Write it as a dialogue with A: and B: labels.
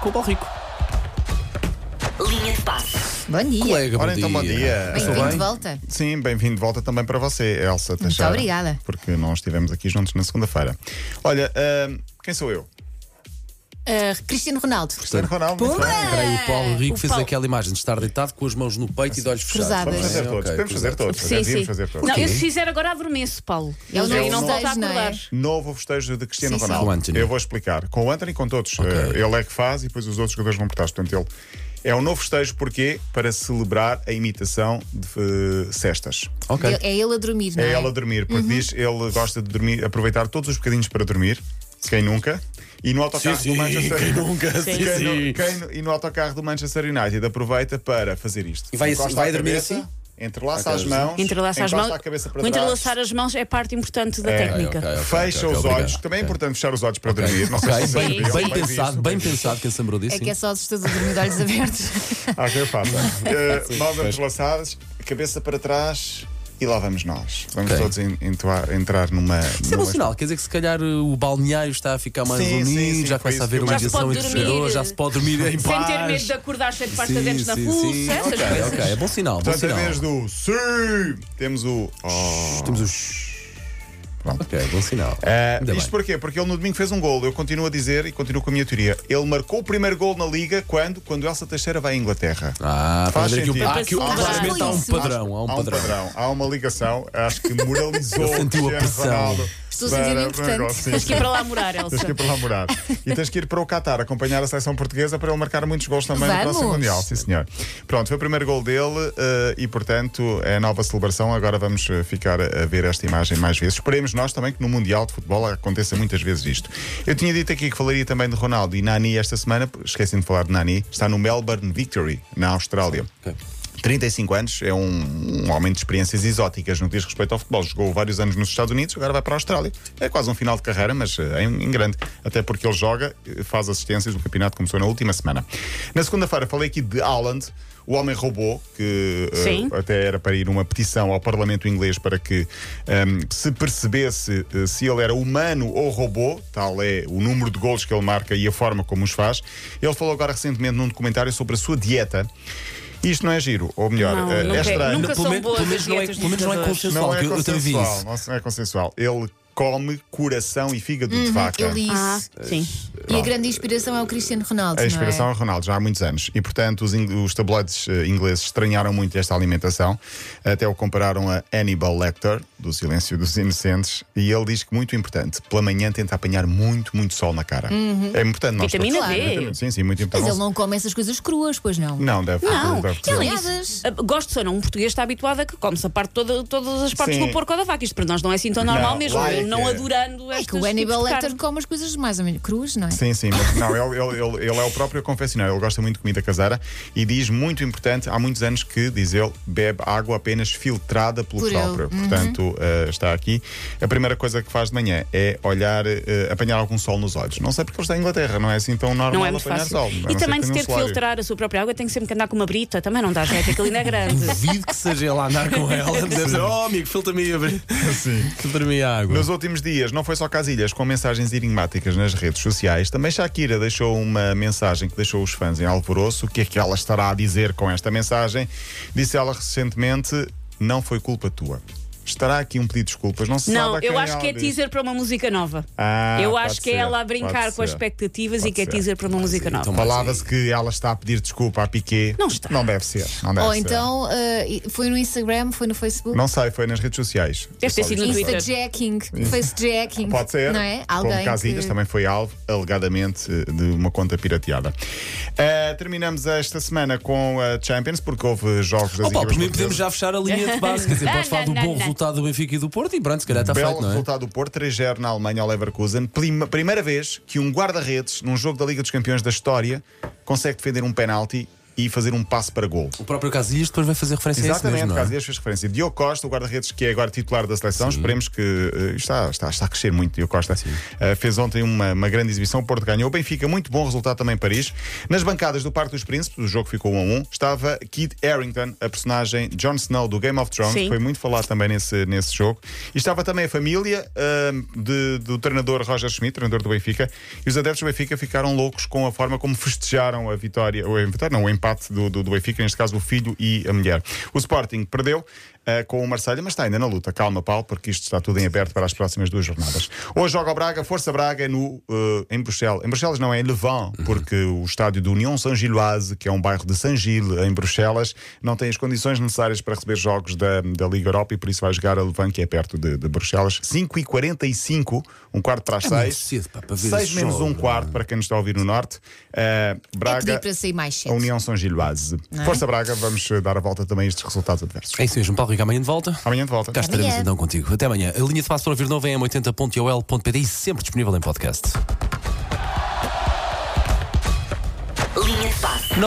A: com o Paulo Rico.
B: Linha de passe.
C: Bom dia.
D: Colega,
E: Ora então, bom dia.
C: Bem-vindo de volta.
E: Sim, bem-vindo de volta também para você, Elsa Teixeira.
C: obrigada.
E: Porque nós estivemos aqui juntos na segunda-feira. Olha, ahm, quem sou eu?
C: Ah, Cristiano Ronaldo.
E: Cristiano Ronaldo. muito
C: Pumba!
E: bem.
D: Peraí, o Paulo Rico
C: O
D: fez
C: Paulo-
D: aquela imagem de estar deitado com as mãos no peito e de olhos fechados.
C: Cruzadas.
E: Vamos fazer todos, podemos fazer todos.
B: Sim,
E: podemos
B: sim.
E: fazer todos.
B: Não, eu se fizer agora adormeço, Paulo.
C: É o
B: Eu
C: novo
B: não volto a
C: desejo, não é?
B: acordar.
E: Novo festejo de Cristiano
C: Sim, sim.
E: Ronaldo.
D: Com o Anthony.
E: Eu vou explicar. Com o Anthony e com todos. Eh, Ele é que faz e depois os outros jogadores vão portar. Portanto, ele é um novo festejo porque para celebrar a imitação de eh, cestas.
D: Ok.
C: Ele- É ele a dormir, não é?
E: É ela a dormir, porque diz ele gosta de dormir, aproveitar todos os bocadinhos para dormir, quem nunca. E no autocarro do Manchester
D: Quem nunca, sim,
E: Quem
D: sim.
E: no- quem no- e no autocarro do Manchester United aproveita para fazer isto.
D: E vai assim-
E: Encosta
D: vai
E: a
D: dormir
E: cabeça,
D: assim?
E: Entrelaça
D: Ok.
E: as mãos,
B: Entrelaçar as
E: encosta
B: mãos.
E: a cabeça para
B: O
E: trás,
B: entrelaçar as mãos é parte importante da técnica.
D: Ok, ok, ok,
E: fecha
D: ok,
E: os
D: obrigado.
E: olhos. Também é
D: Ok.
E: importante fechar os olhos para
D: Ok,
E: dormir. Não sei
D: ok,
E: se
D: bem,
E: sabiam,
D: bem
E: visto,
D: pensado, bem pensado, quem se lembrou disso?
C: É
D: sim.
C: que é só assustador dormir de olhos abertos.
E: Há quem faça. Eh, Mãos entrelaçadas, cabeça para trás e lá vamos nós. Vamos
D: Ok.
E: todos en- entoar- entrar numa.
D: Isso é bom
E: numa-
D: sinal, quer dizer que se calhar uh, o balneário está a ficar mais
E: Sim,
D: unido,
E: sim, sim,
D: já
E: foi
D: começa a
E: isso
D: haver
E: que eu-
D: uma
E: Já se
D: ligação
B: pode
D: entre os
B: dormir,
D: jogadores, já se pode dormir em
B: Sem
D: paz.
B: ter medo de acordar cheio de pasta de dentes na
D: sim, sim.
B: pulsa, essas
D: Ok,
B: coisas.
D: ok, é bom sinal, bom
E: Portanto, em
D: sinal.
E: vez do sim, temos o. "Oh".
D: Temos os. Ok, bom sinal.
E: Eh,
D: Ainda
E: isto
D: bem.
E: porquê? Porque ele no domingo fez um gol. Eu continuo a dizer e continuo com a minha teoria. Ele marcou o primeiro gol na Liga quando? Quando Elsa Teixeira vai à Inglaterra.
D: Ah, faz
E: Faz
D: aqui
E: sentido.
D: um, há aqui, um-
C: Para
D: claramente há um
C: isso.
D: padrão, há um padrão.
E: Há uma ligação. Acho que moralizou
D: Ele sentiu a
E: Cristiano
D: pressão.
E: Ronaldo
C: Estou
E: para-
C: sentindo
E: para o negócio.
C: importante. é
E: Tens
B: Tens que ir para lá morar, Elsa.
E: que ir para lá morar. E tens que ir para o Qatar acompanhar a seleção portuguesa para ele marcar muitos gols também no próximo
C: Vamos.
E: Mundial. Sim, senhor. Pronto, foi o primeiro gol dele eh, e, portanto, é a nova celebração. Agora vamos eh, ficar a ver esta imagem mais vezes. Esperemos nós também que no Mundial de Futebol aconteça muitas vezes isto. Eu tinha dito aqui que falaria também de Ronaldo e Nani esta semana, esqueci de falar de Nani, está no Melbourne Victory, na Austrália.
D: Ok.
E: 35 anos, é um, um homem de experiências exóticas no que diz respeito ao futebol. Jogou vários anos nos Estados Unidos, agora vai para a Austrália. É quase um final de carreira, mas eh, em, em grande. Até porque ele joga, eh, faz assistências, o campeonato começou na última semana. Na segunda-feira falei aqui de Haaland, o homem robô, que eh,
B: Sim.
E: até era para ir uma petição ao Parlamento Inglês para que ehm, se percebesse eh, se ele era humano ou robô, tal é o número de golos que ele marca e a forma como os faz. Ele falou agora recentemente num documentário sobre a sua dieta. Isto não é giro, ou melhor,
B: Não,
E: eh,
B: nunca
E: é
B: é.
E: estranho.
B: Nunca
D: Pelo
B: são
D: men-
B: boas
D: pelo
B: as
D: menos não é-
B: dietas
D: pelo
B: dos
D: menos não é
B: jogadores.
D: consensual,
E: é
D: que eu- eu também vi
E: consensual,
D: isso.
E: não é consensual. Ele come coração e fígado de vaca.
C: Eu li
B: Ah,
C: isso.
B: sim.
C: E a grande inspiração é o Cristiano Ronaldo.
E: A inspiração
C: não
E: é Ronaldo, já há muitos anos. E, portanto, os, ing- os tabloides eh, ingleses estranharam muito esta alimentação. Até o compararam a Hannibal Lecter, do Silêncio dos Inocentes. E ele diz que, muito importante, pela manhã tenta apanhar muito, muito sol na cara. É importante nós
B: Vitamina
E: todos-
B: D.
E: Vitamina- Sim, sim, muito
C: é?
E: importante.
C: Mas ele não come essas coisas cruas, pois não?
E: Não, deve
B: Não,
E: deve-
B: e além
C: Piadas.
B: disso, ah, gosto ou não, um português está habituado a que come-se a parte toda, todas as partes
E: Sim.
B: do porco ou da vaca. Isto para nós não é assim tão normal
E: Não,
B: mesmo,
E: lá é
B: eu não
E: que é.
B: adorando
C: É que
B: estes
C: o Hannibal
B: tipos de
C: Lecter
B: carne.
C: come as coisas mais ou menos cruas, não é?
E: Sim, sim, mas não, ele, ele, ele- ele é o próprio confessionário, ele gosta muito de comida caseira e diz muito importante, há muitos anos que, diz ele, bebe água apenas filtrada pelo
C: Por ele. Uhum.
E: próprio. Portanto, eh, está aqui. A primeira coisa que faz de manhã é olhar, eh, apanhar algum sol nos olhos. Não sei porque ele está em Inglaterra, não é assim tão normal
B: Não é muito
E: apanhar
B: fácil.
E: sol. a não
B: e
E: ser
B: também
E: que tenha um
B: de ter que
E: solário.
B: filtrar a sua própria água, tem que sempre que andar com uma brita, também não dá jeito, aquilo ainda é grande.
D: Duvido que seja ela a andar com ela. Deve ser, oh amigo, filtra-me a abrir.
E: Sim.
D: Filtra-me a água.
E: Nos últimos dias, não foi só Casilhas, com mensagens enigmáticas nas redes sociais, também Shakira deixou uma mensagem que deixou os fãs em alvoroço. O que é que ela estará a dizer com esta mensagem? Disse ela recentemente: Não foi culpa tua. Estará aqui um pedido de desculpas, não se
B: Não,
E: sabe a quem
B: eu acho que é
E: ela diz.
B: teaser para uma música nova.
E: Ah,
B: eu
E: pode
B: acho que é
E: ser,
B: ela a brincar
E: pode
B: com as
E: ser.
B: expectativas
E: Pode
B: e que é
E: ser.
B: teaser para uma música nova.
D: então-
E: Falava-se que ela está a pedir desculpa a Piquet.
B: Não está.
E: Não deve ser. Não deve
C: Ou
E: ser.
C: então eh, foi no Instagram, foi no Facebook.
E: é. Não sei, foi nas redes sociais.
B: Deve ter
E: Só
B: sido
E: isso.
B: no Twitter.
C: Instajacking, facejacking.
E: Pode ser.
C: Não é?
E: Como
C: Alguém.
E: Casilhas
C: que-
E: também foi alvo, alegadamente, eh, de uma conta pirateada. Eh, terminamos esta semana com a Champions, porque houve jogos das
D: Oh, Paulo,
E: equipas
D: por mim podemos
E: portuguesas.
D: já fechar a linha de base. Quer dizer,
B: Não,
D: podes falar do
B: Ah, não,
D: bom resultado
B: não.
D: do Benfica e do Porto e pronto, se calhar está
E: Belo
D: feito, não é?
E: resultado do Porto, 3-0 na Alemanha ao Leverkusen. Prima- primeira vez que um guarda-redes, num jogo da Liga dos Campeões da história, consegue defender um penalti e fazer um passo para gol.
D: O próprio Casillas depois vai fazer referência a
E: Exatamente,
D: isso mesmo, não é?
E: Casillas fez referência. Diogo Costa, o guarda-redes que é agora titular da seleção, esperemos que eh, está, está, está a crescer muito. Diogo Costa Eh, fez ontem uma, uma grande exibição, o Porto ganhou. O Benfica, muito bom resultado também em Paris. Nas bancadas do Parque dos Príncipes, o jogo ficou 1 a 1, estava Kid Harrington, a personagem Jon Snow do Game of Thrones,
B: Sim.
E: que foi muito falado também nesse, nesse jogo. E estava também a família ahm, de- do treinador Roger Schmidt, treinador do Benfica, e os adeptos do Benfica ficaram loucos com a forma como festejaram a vitória, ou a vitória, não, o empate do, do, do Benfica, neste caso o filho e a mulher. O Sporting perdeu ah, com o Marselha, mas está ainda na luta. Calma, Paulo, porque isto está tudo em aberto para as próximas duas jornadas. Hoje joga o Braga, Força Braga, no, ah, em Bruxelas. Em Bruxelas não, é em Levant,
D: Uhum.
E: porque o estádio do União São Giloise, que é um bairro de San Gil, em Bruxelas, não tem as condições necessárias para receber jogos da, da Liga Europa e por isso vai jogar a Levant, que é perto de, de Bruxelas. 5h45, um quarto para as
D: É muito
E: 6.
D: cedo, pá, para ver
E: 6
D: esse
E: menos
D: jogo,
E: um
D: não é?
E: quarto, para quem nos está a ouvir no Norte. Ah,
C: É pedir
E: Braga,
C: para sair mais
E: a
C: cedo.
E: União São Giloise.
C: é?
E: Força Braga, vamos ah, dar a volta também a estes resultados adversos.
D: É Tá isso mesmo, Paulo Rico, amanhã de volta.
E: Amanhã de volta.
D: Cá estaremos
C: amanhã.
D: então contigo. Até amanhã. A linha de passo para ouvir novo é m80.ol.pt e sempre disponível em podcast.